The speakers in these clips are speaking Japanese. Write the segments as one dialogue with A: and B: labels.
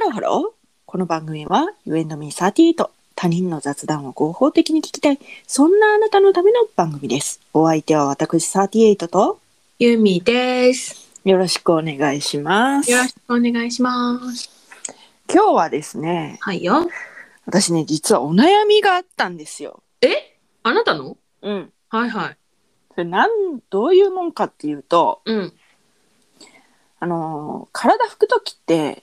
A: ロハロー。この番組は You and me38。他人の雑談を合法的に聞きたい。そんなあなたのための番組です。お相手は私38と
B: ゆみです。
A: よろしくお願いします。
B: よろ
A: 今
B: しくお願いします。
A: 日はですね、
B: はいよ。
A: 私ね、実はお悩みがあったんですよ。
B: えあなたの
A: うん。
B: はいはい。
A: それなん、どういうもんかっていうと、
B: うん。
A: あのー、体拭くときって、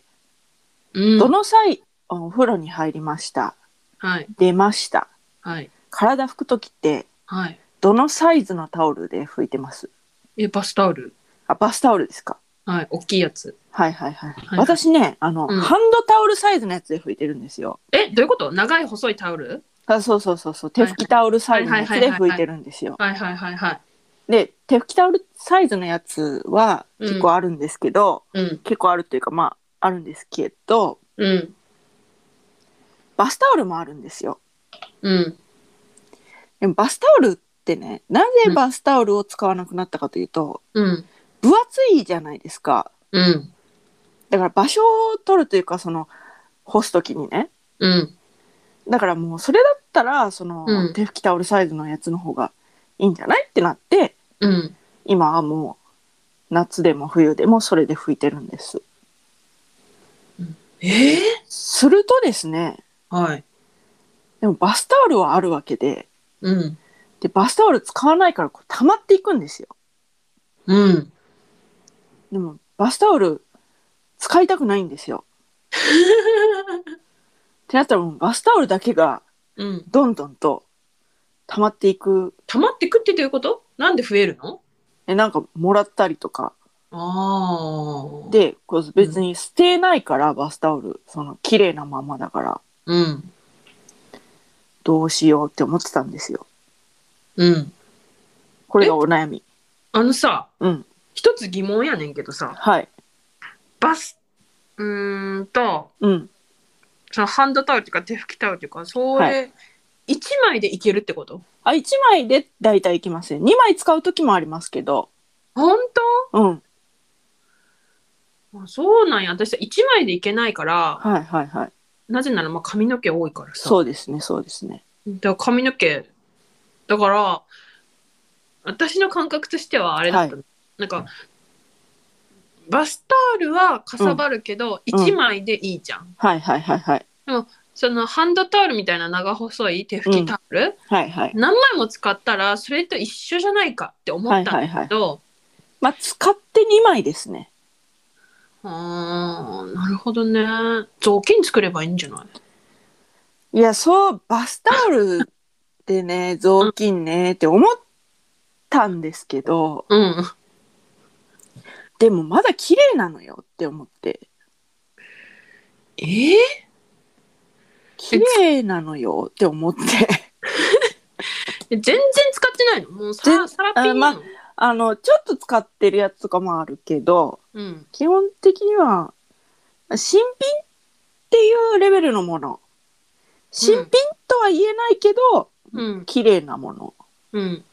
B: うん。
A: どの際、お風呂に入りました。
B: はい
A: 出ました。
B: はい
A: 体拭くときって、
B: はい。
A: どのサイズのタオルで拭いてます
B: え、バスタオル。
A: あ、バスタオルですか。
B: はい。大きいやつ。
A: はいはいはい。
B: い
A: 私ね、あの、
B: うん
A: ハンドタオルサイズのやつで拭いてるんですよ。
B: え、どういうこと長い細いタオル
A: あそうそうそうそう、手拭きタオルサイズのやつで拭いてるんですよ。
B: はいはいはいはい。
A: で、手拭きタオルサイズのやつは
B: うん
A: 結構あるんですけど、
B: うん。
A: 結構あるというか、まあ、あるんですけど、
B: うん。
A: バスタオルもあるんですよ。
B: うん。
A: でもバスタオルってね、なぜバスタオルを使わなくなったかというと、
B: うん。
A: 分厚いじゃないですか。
B: うん。
A: だから場所を取るというか、その、干すときにね。
B: うん。
A: だからもうそれだったらその、
B: うん
A: 手拭きタオルサイズのやつの方がいいんじゃないってなって
B: うん。
A: 今はもう夏でも冬でもそれで拭いてるんです
B: えー
A: するとですね
B: はい。
A: でもバスタオルはあるわけで
B: うん。
A: でバスタオル使わないからこう溜まっていくんですよ
B: うん。
A: でもバスタオル使いたくないん ですよってなったらもうバスタオルだけが
B: うん。
A: どんどんと溜まっていく
B: 溜まってくってどういうことなんで増えるの
A: えなんかもらったりとか
B: ああ。、
A: でこう別に捨てないから、バスタオルその綺麗なままだから
B: うん。
A: どうしようって思ってたんですよ
B: うん。
A: これがお悩み
B: あのさ、
A: うん
B: 一つ疑問やねんけどさ、
A: はい
B: バスうーんと
A: うん
B: そのハンドタオルとか手拭きタオルとかそ
A: は
B: れ一枚でいけるってこと
A: あ1枚で大体いきますね2枚使う時もありますけど
B: 本
A: うん
B: 当あそうなんや私さ一枚でいけないから
A: はいはいはい
B: なぜならまあ髪の毛多いからさ
A: そうですねそうですね
B: だから髪の毛だから私の感覚としてはあれだったの、なんかバスタオルはかさばるけど
A: うん
B: 一枚でいいじゃん、
A: はいはいはいはい
B: そのハンドタオルみたいな長細い手拭きタオル、
A: はいはい
B: 何枚も使ったらそれと一緒じゃないかって思
A: は
B: っ
A: い
B: たん
A: は
B: だ
A: いはい
B: けど、
A: まあ使って2枚ですね
B: あーなるほどね雑巾作ればいいんじゃない
A: いやそうバスタオルでね雑巾ねって思ったんですけど
B: うん
A: でもまだ綺麗なのよって思って
B: えー、
A: 綺麗なのよって思って。
B: 全然使ってないのもう
A: 全
B: さサラピンなの、
A: あの、ちょっと使ってるやつとかもあるけど、
B: うん
A: 基本的には、新品っていうレベルのもの。新品とは言えないけど、
B: うん
A: 綺麗なもの。
B: うん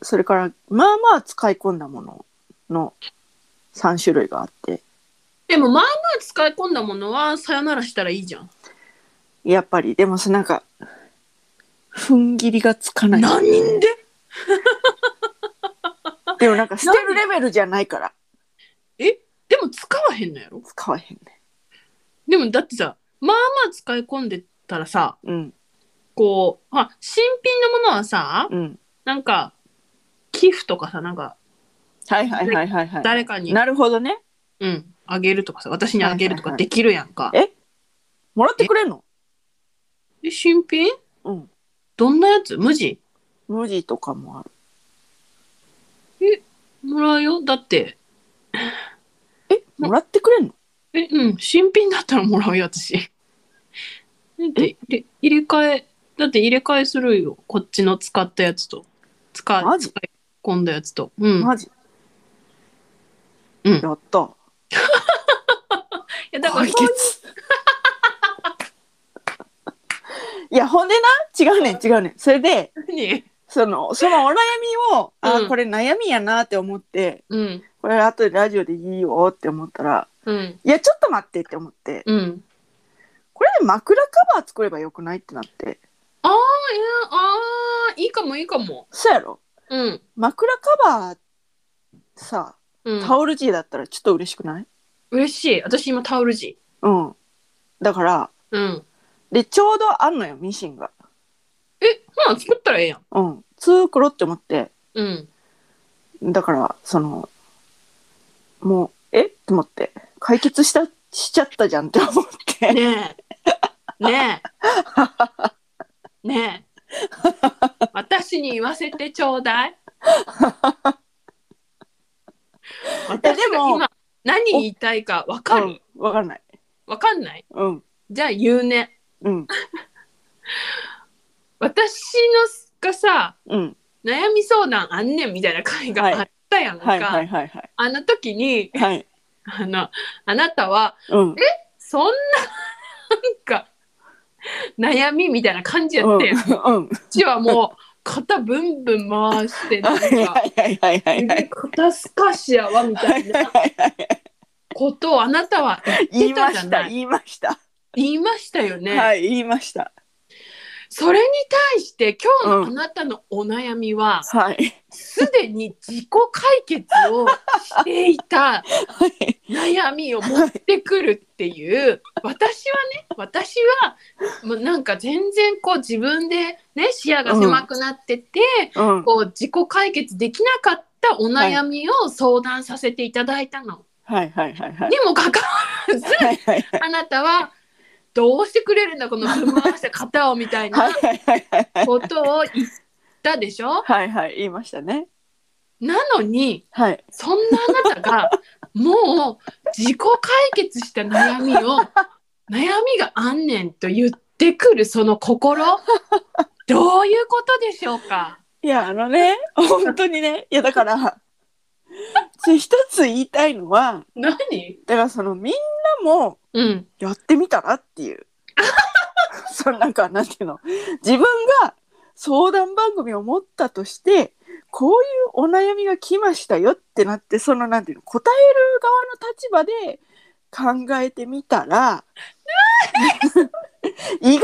A: それから、まあまあ使い込んだものの3種類があって、
B: でもまあまあ使い込んだものはさよならしたらいいじゃん
A: やっぱり、でもそなんか、踏ん切りがつかない。
B: 何で
A: でもなんか捨てるレベルじゃないから、
B: でも使わへんのやろ
A: 使わへんね。
B: でもだってさまあまあ使い込んでたらさ
A: うん、
B: こうあ新品のものはさ
A: うん。
B: なんか寄付とかさなんか
A: はいはいはいはいはい。
B: 誰かに
A: なるほどね。
B: うん、あげるとかさ、私にあげると
A: はいはいは
B: か
A: い
B: できるやんか。
A: えもらってくれんの
B: え新品
A: うん。
B: どんなやつ無地
A: 無地とかもある。
B: もらうよだって。
A: え、
B: な
A: もらってくれんの
B: え、うん、新品だったらもらうよ、私。 だって、で入れ替え、だって入れ替えするよ。こっちの使ったやつと。使
A: マ
B: い
A: ジ
B: 使い込んだやつと。うん。い
A: マジ
B: うん
A: やった。
B: や、だから
A: 解
B: そう
A: 決。 いや、ほんでな、違うねん、違うねん。それで、
B: いうふうに。
A: その、そのお悩みを、あ
B: う
A: ー、
B: ん
A: これ悩みやなって思って、
B: うん。
A: これ後でラジオでいいよって思ったら、
B: うん。
A: いや、ちょっと待ってって思って、
B: うん。
A: これで枕カバー作ればよくないってなって。
B: あ、いや、あー、いいかも、いいかも。
A: そうやろ
B: うん。
A: 枕カバーさ、
B: うん、
A: タオル G だったらちょっと嬉しくない
B: 嬉しい。私今タオル地。
A: うん。だから、
B: うん。
A: で、ちょうどあんのよ、ミシンが。
B: え、まあ作ったらええやん。
A: うん。作ろうって思って、
B: うん。
A: だから、その、もう、えって思って、解決した、しちゃったじゃんって思って。
B: ねえ。ねえ。ねえ。私に言わせてちょうだい。私が今何言いたいかわか
A: う
B: る
A: んわかんない。
B: わかんない
A: うん。
B: じゃあ言うね。
A: うん。
B: 私のがさ、
A: うん。
B: 悩み相談あんねんみたいな回があったやんか。
A: はいはいはいはい。
B: あの時に、
A: はい。
B: あの、あなたは、
A: うん。
B: そんな、なんか、悩みみたいな感じやって、こ
A: うん。うん。
B: っちはもう、肩ブンブン回して、なん
A: はいは
B: か、
A: いはいはいはいはい。
B: 肩すかしやわ、みたいなことをあなたは
A: 言
B: 言
A: い
B: っ
A: ま
B: てたじゃ
A: した
B: ない
A: 言いました、
B: 言いましたよね。
A: はい言いました
B: それに対して、今日
A: う
B: のあなたのお悩みは、
A: はい
B: すでに自己解決をしていた
A: はい
B: 悩みを持ってくるっていう私はね私はもうなんか全然こう自分でね視野が狭くなってて、
A: うん
B: こう自己解決できなかったお悩みを相談させていただいたの、
A: はいはいはいはい
B: にもかかわらず
A: はいはいはい
B: あなたはどうしてくれるんだこのぶん回した肩をみたい
A: は
B: ない
A: はいはいはい
B: ことを言ったでしょ
A: はいはい言いましたね
B: なのに
A: はい
B: そんなあなたがもう自己解決した悩みを悩みがあんねんと言ってくるその心どういうことでしょうか
A: いやあの ね本当にねいやだ からちょ一つ言いたいのは
B: 何
A: だからそのみんなも
B: うん
A: やってみたらっていう そのなんかなんていうの自分が相談番組を持ったとしてこういうお悩みが来ましたよってなってそのなんていうの答える側の立場で考えてみたら意外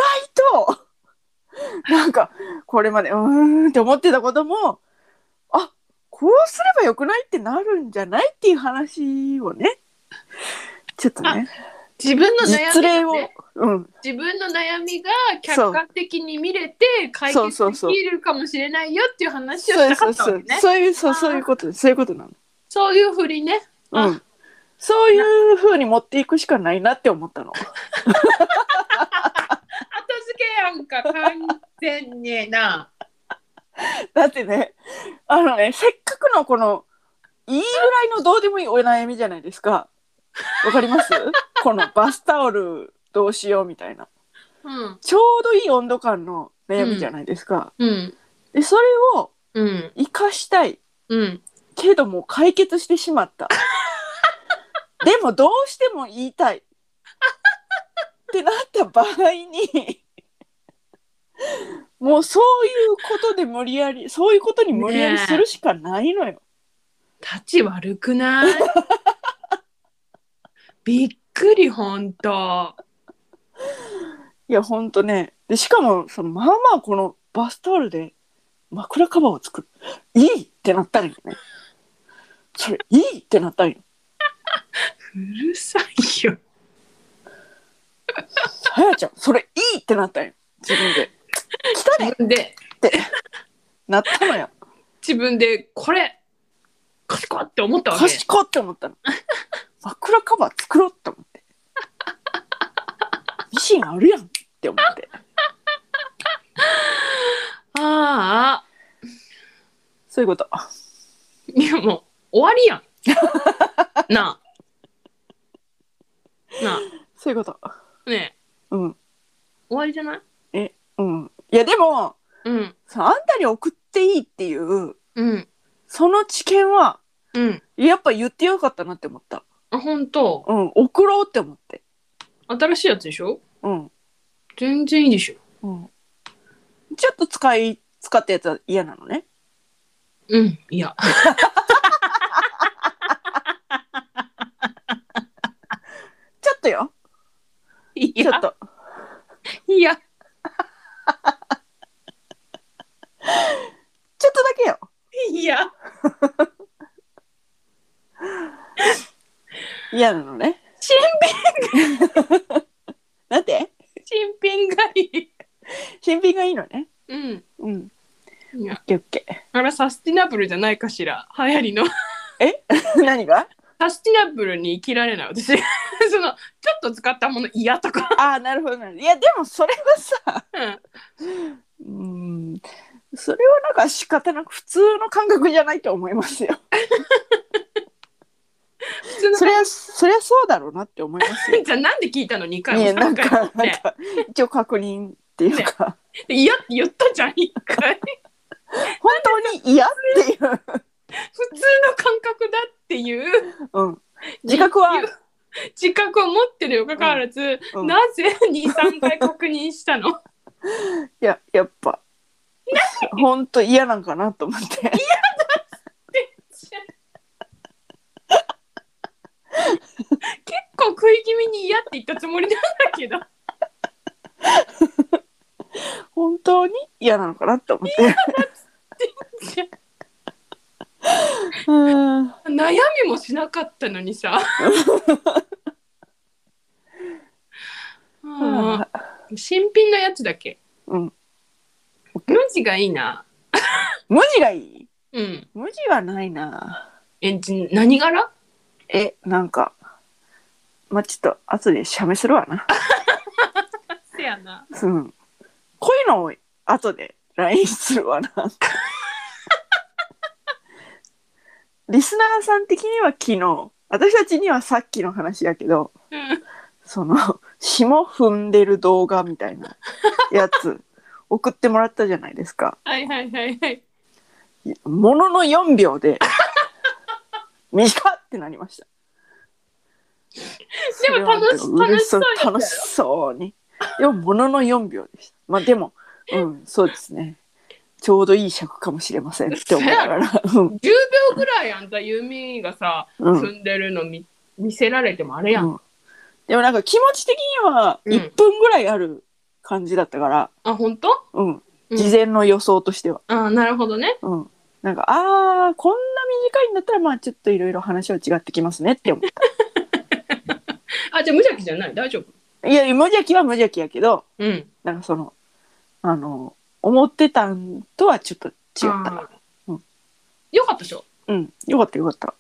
A: となんかこれまでうーんって思ってたこともあこうすればよくないってなるんじゃないっていう話をねちょっとね
B: 自分の悩
A: 実
B: みが
A: 例を
B: ね、
A: うん、
B: 自分の悩みが
A: そ
B: 客
A: う
B: 観的に見れて解
A: そう
B: 決
A: そう
B: で
A: そう
B: きるかもしれないよっていう話を
A: そ
B: し
A: う
B: たか
A: そう
B: った
A: そ
B: わ
A: うそう
B: けね。
A: いうそう
B: あー
A: そういうことですそういうことなの、
B: そういうふりね。あ
A: うん、そういうふうに持っていくしかないなって思ったの
B: 後付けやんか完全にな。
A: だってねあのねせっかくのこのいいぐらいのどうでもいいお悩みじゃないですかわかり ますこのバスタオルどうしようみたいな
B: うん
A: ちょうどいい温度感の悩みじゃないですか、
B: うん
A: でそれを
B: うん
A: 生かしたい
B: うん
A: けどもう解決してしまったでもどうしても言いたいってなった場合にもうそういうことで無理やりそういうことに無理やりするしかないのよ、
B: 立ち悪くない びっくりほんと
A: いやほんとねでしかもそのまあまあこのバスタオルで枕カバーを作るいいってなったんよねそれいいってなったんよ
B: うるさ いよ
A: はやちゃんそれいいってなったんよ自分で来たね
B: 自分で
A: なったのよ
B: 自分でこれ賢いって思ったわけ
A: 賢って思 ったの枕カバー作ろうって思ってミシンあるやんって思って
B: ああ
A: そういうこと
B: いやもう終わりやん なあな
A: そういうこと
B: あねえ
A: うん
B: 終わりじゃない
A: うんいやでも
B: うん
A: さあんたに送っていいっていう
B: うん
A: その知見は
B: うん
A: やっぱ言ってよかったなって思った
B: あ本当
A: うん送ろうって思って
B: 新しいやつでしょ
A: うん、
B: 全然いいでしょ
A: うん、ちょっと使い使ったやつは嫌なのね
B: うんいやい
A: ちょっ
B: や、
A: と
B: いや、
A: ちょっとだけよ
B: いや、
A: 嫌なのね
B: 新
A: なんて
B: 新品がいい。
A: 新品がいいのね
B: うん。
A: うん
B: いや、
A: オッケーオッケ
B: あれサスティナブルじゃないかしら。流行りの。
A: ー 何が
B: サスティナブルに生きられない私そのちょっと使ったもの嫌とか、
A: ああなるほどなるほどいやでもそれはさ
B: うん、
A: うーんそれはなんか仕方なく普通の感覚じゃないと思いますよ
B: 普通 の
A: そりゃそりゃそうだろうなって思いますよ
B: じゃあなんで聞いたの2回
A: ね
B: も
A: えな
B: 3
A: ん
B: 回
A: か
B: も
A: なん
B: ね
A: か一応確認っていうか、
B: で嫌って言ったじゃん1回
A: 本当に嫌っていう、
B: 普通の感覚だっていう
A: うん、自覚はある
B: 自覚を持ってるにもかかわらず、
A: うん
B: なぜ23回確認し たの
A: いややっぱ本当嫌なんかなと思って
B: 結構食い気味に嫌って言ったつもりなんだけど
A: 本当に嫌なのかなと思って うん
B: 悩みもしなかったの にさ。うん新品のやつだけ。
A: うん
B: 文字がいいな。
A: 文字がいい
B: うん。
A: 文字はないな
B: え、じ何柄
A: えなんかまあちょっと後で写メするわな
B: せやな。
A: うんこういうのを後で LINE するわなリスナーさん的には昨日私たちにはさっきの話やけど
B: うん。
A: その霜踏んでる動画みたいなやつ送ってもらったじゃないですか
B: はいはいはいはい。
A: ものの4秒 で短っってなりました
B: でも楽し
A: それはなんか嬉しそう
B: 楽しそうやったよ
A: 楽しそうにでもものの4秒でしたまあでもうんそうですねちょうどいい尺かもしれませんって思いながらうん
B: 10秒ぐらいあんた弓がさ、
A: うん
B: 踏んでるの見見せられてもあれやん。
A: うんでもなんか気持ち的には
B: うん
A: 1分ぐらいある感じだったから
B: あ、本当？
A: うん
B: うん
A: 事前の予想としては
B: あ、なるほどね。
A: うん、なんかああこんな短いんだったらまあちょっといろいろ話は違ってきますねって思っ
B: あ、じゃあ無邪気じゃない。大丈夫。
A: たいや無邪気は無邪気やけど
B: うん。
A: なんかそのあの思ってたんとはちょっと違ったな
B: う
A: うん
B: ん。よかったでしょ。
A: うんよかったよかった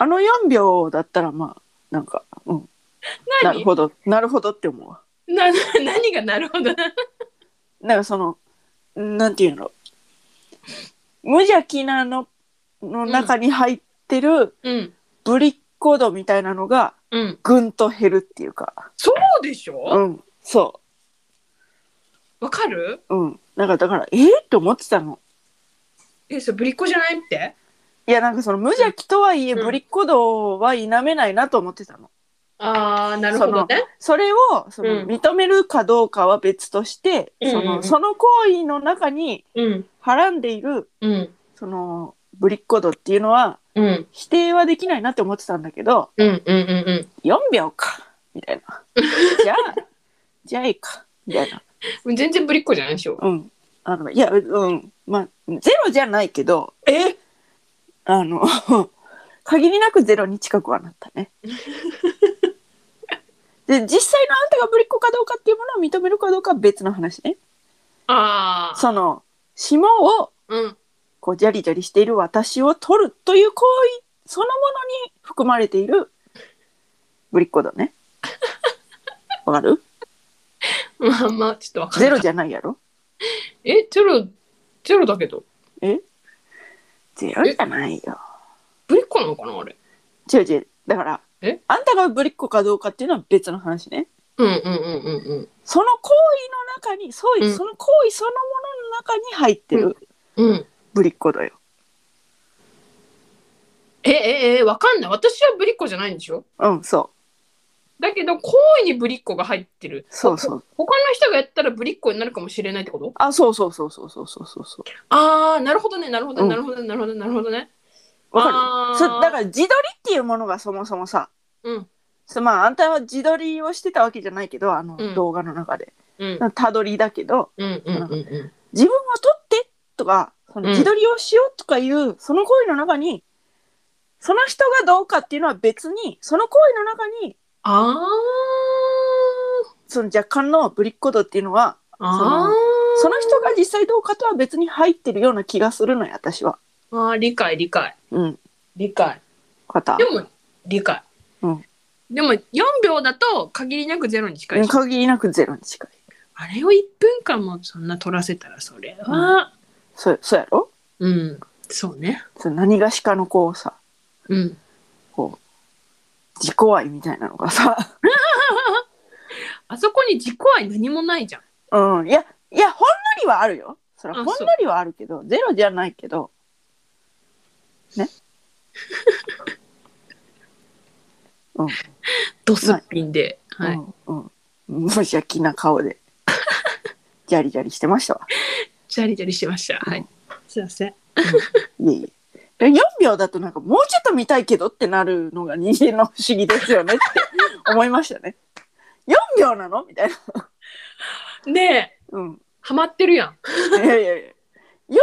A: あの4秒だったらまあなんか、うん、なる
B: 何
A: ほどなるほどって思うわ
B: な な何がなるほどな
A: なんかそのなんていうの無邪気なのの中に入ってる
B: うん
A: ぶりっ子度みたいなのが
B: うん
A: ぐんと減るっていうか
B: そうでしょ
A: うん、そ
B: わかる
A: う。うん。なんかだから、えー、って思ってたの。
B: えそれぶりっ子じゃないって
A: いや、なんかその無邪気とはいえ、
B: うん
A: ぶりっ子道は否めないなと思ってたの。
B: ああなるほどね
A: それを、その、
B: うん
A: 認めるかどうかは別として、
B: うんうん
A: そ
B: うん
A: の、その行為の中に
B: うん
A: はらんでいる、
B: うん
A: その、ぶりっ子道っていうのは、
B: うん
A: 否定はできないなって思ってたんだけど、
B: うんうんうん
A: 4秒か、みたいな。じゃあ、じゃあいいか、みたいな。
B: うん全然ぶりっ子じゃないでしょ
A: うん。あの、いや、うん。まあ、ゼロじゃないけど、
B: え
A: あの 限りなくゼロに近くはなった ね。で実際のあんたがぶりっ子かどうかっていうものを認めるかどうかは別の話ね。
B: ああ
A: その霜を
B: うん
A: こうジャリジャリしている私を取るという行為そのものに含まれているぶりっ子だ ね。わかる
B: まあまあちょっとわかんな
A: ゼ
B: い
A: ロじゃないやろ
B: えゼロゼロだけど
A: ゼロじゃないよ。
B: ぶりっ子なのかなあれ
A: 違う違う。だから
B: え
A: あんたがぶりっ子かどうかっていうのは別の話ね。
B: うんうんうんうんうん
A: その行為の中にそういう
B: うん
A: その行為そのものの中に入ってる
B: うん
A: ぶりっ子だよ。
B: えええわかんない私はぶりっ子じゃないんでしょ
A: うん、そ
B: だけど行為にぶりっ子が入ってる
A: う。そうそう。
B: 他の人がやったらぶりっ子になるかもしれないってこと
A: あ、そうそうそうそうそうそうそうそ
B: ああなるほどねなるほ
A: う
B: ど
A: ん
B: なるほどなるほどなるほどね
A: う。わか
B: あ
A: る
B: ー
A: そだから自撮りっていうものがそもそもさ、
B: うん
A: そうまああんたは自撮りをしてたわけじゃないけどあの
B: うん
A: 動画の中で、
B: うん
A: たどりだけど
B: うんうんうんうん
A: 自分を撮ってとかその
B: うん
A: 自撮りをしようとかいう、その行為の中にその人がどうかっていうのは別にその行為の中に
B: あ
A: その若干のぶりっ子度っていうのは
B: ーあー
A: その人が実際どうかとは別に入ってるような気がするのよ私は。
B: あー理解理解
A: うん
B: 理解
A: 方
B: でも理解、
A: うん
B: でも4秒だと限りなくゼロに近いし
A: 限りなくゼロに近い。
B: あれを1分間もそんな取らせたらそれは
A: そうそうやろ
B: うん、そうね
A: その何がしかのこうさ
B: うん
A: こう自己愛みたいなのがさ。
B: あそこに自己愛何もないじゃん
A: うん、いや、いや、ほんのりはあるよ。そら、ほ
B: あ
A: んのりはあるけど、ゼロじゃないけど。ね。うん、
B: ドスッピンで、は
A: う
B: い、
A: ん、うん。 無邪気な顔 で。ジャリジャリしてましたわ。
B: ジャリジャリしてました、は
A: うん
B: いすいません
A: いえいえ。4秒だとなんかもうちょっと見たいけどってなるのが人間の不思議ですよねって思いましたね。4秒なのみたいな。
B: ねえ
A: うん。
B: ハマってるやん
A: いやいやいや。よ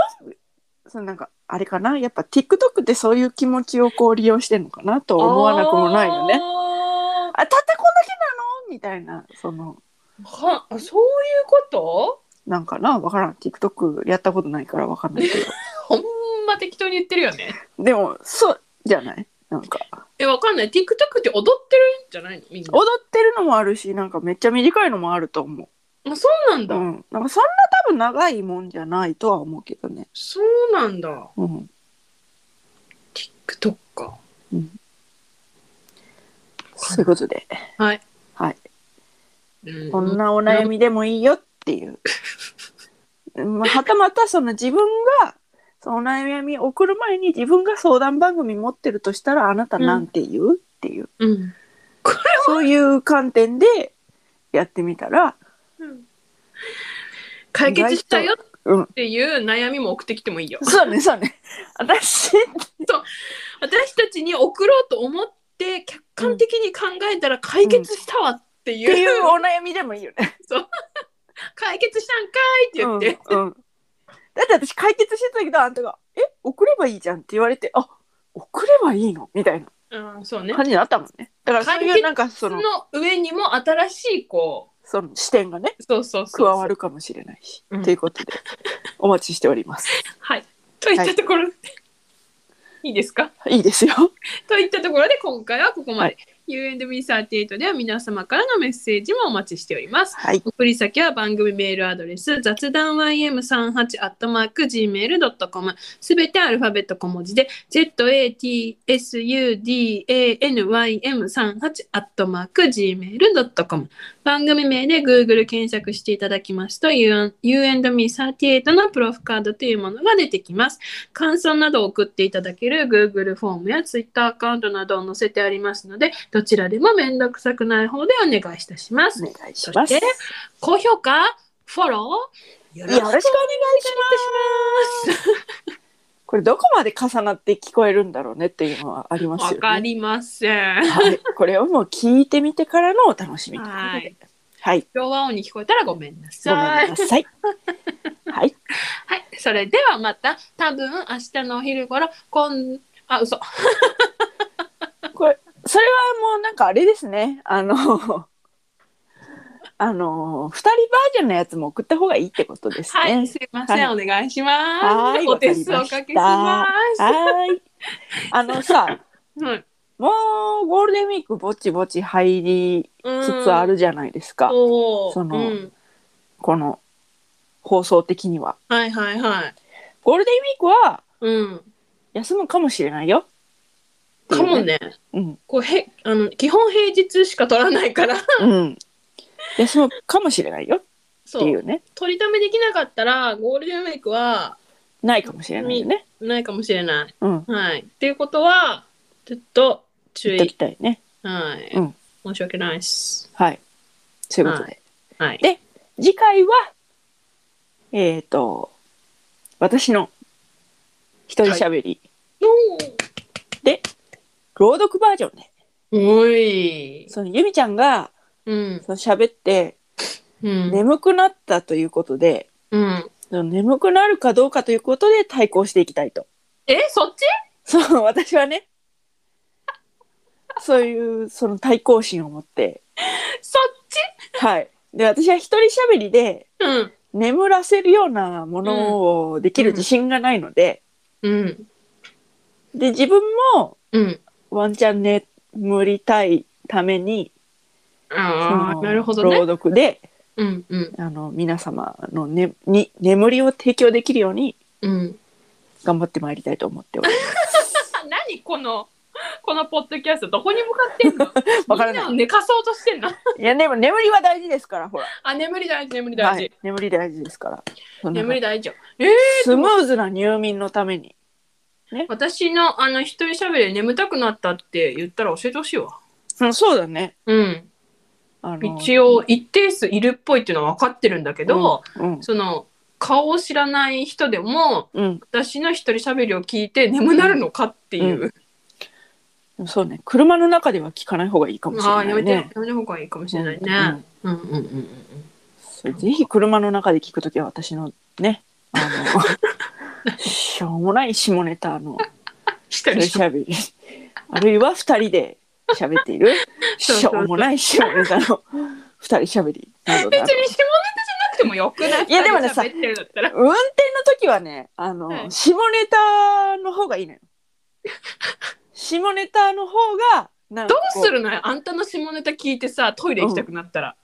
A: そのなんかあれかなやっぱ TikTok ってそういう気持ちをこう利用してるのかなと思わなくもないよね。
B: あー
A: あたったこんだけなのみたいなその
B: はあそういうこと
A: なんかなわからん TikTok やったことないからわかんないけ
B: ほんま適当に言ってるよね
A: どでもそうじゃないなんか
B: えわかんない TikTok って踊ってるんじゃないのみんな
A: 踊ってるのもあるしなんかめっちゃ短いのもあると思
B: あそうなん
A: う、
B: だ、
A: うん、なんかそんな多分長いもんじゃないとは思うけどね、
B: そうなんだ
A: うん、
B: TikTok か
A: そういうことで
B: はい
A: はい
B: うん
A: こんなお悩みでもいいよっていう。まあ、はたまたその自分がそのお悩みを送る前に自分が相談番組持ってるとしたらあなたなんて言う、っていう
B: うん
A: そういう観点でやってみたら
B: 解決したよ
A: うん
B: っていう悩みも送ってきてもいいよ
A: そうねそうね私
B: 私たちに送ろうと思って客観的に考えたら解決したわって
A: って
B: い、
A: いううお悩みでもいいよね。
B: 解決したんかいって言って、
A: うんうんだって私解決してたけどあんたが「え送ればいいじゃん」って言われて「あ送ればいいの?」みたいな
B: うん、そうね
A: 感。じになったもんね。だからそういうなんか
B: そ
A: そ
B: の
A: の
B: 上にも新しいこ
A: その視点がね
B: う、そうそうそ
A: 加
B: うそう
A: わるかもしれないし。
B: うん
A: ということで、お待ちしております。
B: はい。といったところで、い、いですか
A: いいですよ。
B: といったところで今回はここまで。
A: は
B: U&B38 では皆様からのメッセージもお待ちしております。
A: はい。
B: 送り先は番組メールアドレス雑談 ym38-gmail.com すべてアルファベット小文字で zatsudanym38-gmail.com 番組名で Google 検索していただきますと You You and Me38 のプロフカードというものが出てきます。感想などを送っていただける Google フォームや Twitter アカウントなどを載せてありますのでどちらでも面倒くさくない方でお願いいたします
A: お。願いします。
B: そ
A: よ
B: して高評価、フォロー、よ
A: ろしくお願いします。 これどこまで重なって聞こえるんだろうねっていうのはありま
B: ますわ
A: よ
B: か
A: ね。
B: りません。
A: はい。これをもう聞いてみてからのお楽しみということ
B: はい
A: で。はい。
B: 今日はに聞こえたらごめんな
A: ごめん
B: さい。
A: なさい。はい。
B: はい、それではまた、多分明日のお昼頃、こん、あ、嘘。
A: これ、それはもうなんかあれですね。あの、あの、二人バージョンのやつも送った方がいいってことです
B: は
A: ね
B: い、。すいません、
A: は
B: お願いします。
A: はい
B: お手数おかけします。
A: はーい。あのさ、
B: はい、
A: もうゴールデンウィークぼちぼち入り
B: うん
A: つつあ。るじゃないですか、
B: そう。
A: その
B: うん
A: この放送的には。
B: はいはいはい。
A: ゴールデンウィークは
B: うん。
A: 休むかもしれないよ。
B: かもね。
A: うん。
B: こうへあの基本平日しか取らないから、
A: うん。休むかもしれないよっ
B: そ
A: ていううね。
B: 取りためできなかったらゴールデンウィークは
A: ないかもしれないよね。
B: ないかもしれない。
A: うん。
B: はい。っていうことは、ちょっと注
A: 言っとき
B: 意。
A: たいね。
B: はい。
A: うん
B: 申し訳ないです。
A: はい。そういうことで。
B: はい。
A: で次回は、えっ、と、私の一人喋り、
B: おー
A: 朗読バージョンで
B: おい。
A: そのゆみちゃんが
B: うん。
A: その喋って
B: うん。
A: 眠くなったということで、
B: うん。
A: その眠くなるかどうかということで対抗していきたいと。
B: え、そっち
A: そう私はねそういうその対抗心を持って
B: そっち
A: はいで私は一人喋りで
B: うん。
A: 眠らせるようなものをできる自信がないので、
B: うん。
A: で自分も
B: うん。
A: ワンチャン眠りたいために
B: あ
A: その
B: あ、なるほどね。
A: 朗読で
B: うん。うん。
A: あの皆様の、ね、に眠りを提供できるように
B: うん。
A: 頑張ってまいりたいと思っております。
B: あ何この、このポッドキャスト、どこに向かってんの
A: わから
B: みんな
A: な
B: を寝かそうとしてん の
A: い。いやでも眠りは大事ですからほら。
B: あ、眠り大事、眠り大
A: は
B: 事
A: い。、眠り大事ですから。そんな
B: 眠り大事よ。
A: スムーズな入眠のために。
B: 私の、あの、一人喋りで眠たくなったって言ったら教えてほしいわ。
A: うん、そうだね。
B: うん。
A: あの
B: 一応、一定数いるっぽいっていうのは分かってるんだけど、
A: うん、
B: その、顔を知らない人でも、
A: うん、
B: 私の一人喋りを聞いて眠なるのかっていう。
A: うん、そうね。車の中では聞かない方がいいかもしれ
B: ああ、や
A: ない
B: めて、や
A: ね。
B: めた方がいいかもしれないね。
A: うん
B: うんうんうんうん
A: そうぜひ車の中で聞くときは私のね、あ のしょうもない下ネタの
B: 一人
A: しゃべり、あるいは二人で喋っている
B: そう
A: しょうもない下ネタの二人しゃべりなどなど
B: 別に下ネタじゃなくてもよくない
A: いやでもねさ
B: 喋ってるんだったら
A: 運転の時はねあの、
B: はい
A: 下ネタの方がいいのよ下ネタの方がなんか
B: ど
A: こ
B: うするのよあんたの下ネタ聞いてさトイレ行きたくなったら、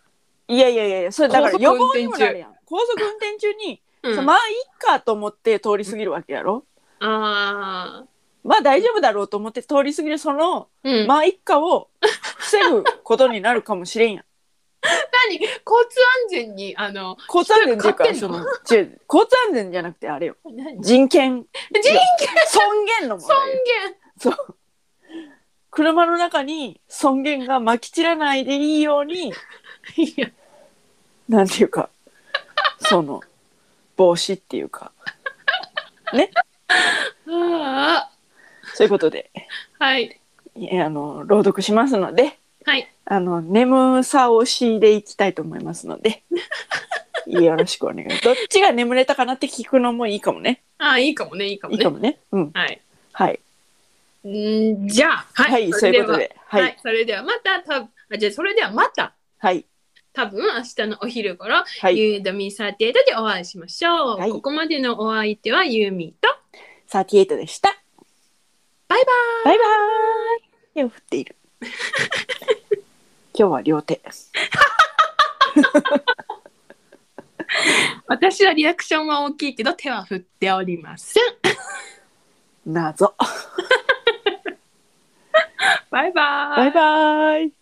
A: いやいやいやいやそれだから
B: 高速
A: 予
B: 運
A: 防
B: 転中
A: にもなるやん高速運転中に、
B: うん
A: そうまあいいかと思って通り過ぎるわけやろ
B: あ
A: まあ大丈夫だろうと思って通り過ぎるその、
B: ーうん、
A: まあいっかを防ぐことになるかもしれん やん
B: 何交通安全にあの
A: 交通安全っていうか
B: 人
A: そ
B: が
A: の
B: 勝
A: 違う交通安全じゃなくてあれよ
B: 何人
A: 人権
B: 権
A: 尊厳の問
B: 尊
A: 題よ車の中に尊厳がまき散らないでいいように
B: 厳いや
A: なんていうかその帽子っていうか
B: あ
A: そういうことで
B: ーはい
A: いあの朗読しますので
B: はい
A: あの眠さをしでいきたいと思いますの でよろしくお願いどっちが眠れたかなって聞くのもいいかもね
B: あーいいかもねいいかも
A: いい
B: ね
A: かもねうん
B: はい
A: はい
B: んーじゃあ
A: はい、
B: はい、
A: そういうことで
B: は、
A: はいい
B: それではまたたぶあじゃあそれではまた
A: はい
B: 多分明日のお昼頃、
A: はい
B: ユードミサテードでお会いしましょう、
A: はい
B: ここまでのお相手はユーミーと
A: 38でした
B: バイバイ
A: バイバーイ手を振 っている今日は両手
B: 私はリアクションは大きいけど手は振っておりません。
A: 謎
B: バイバイ。
A: バイバーイ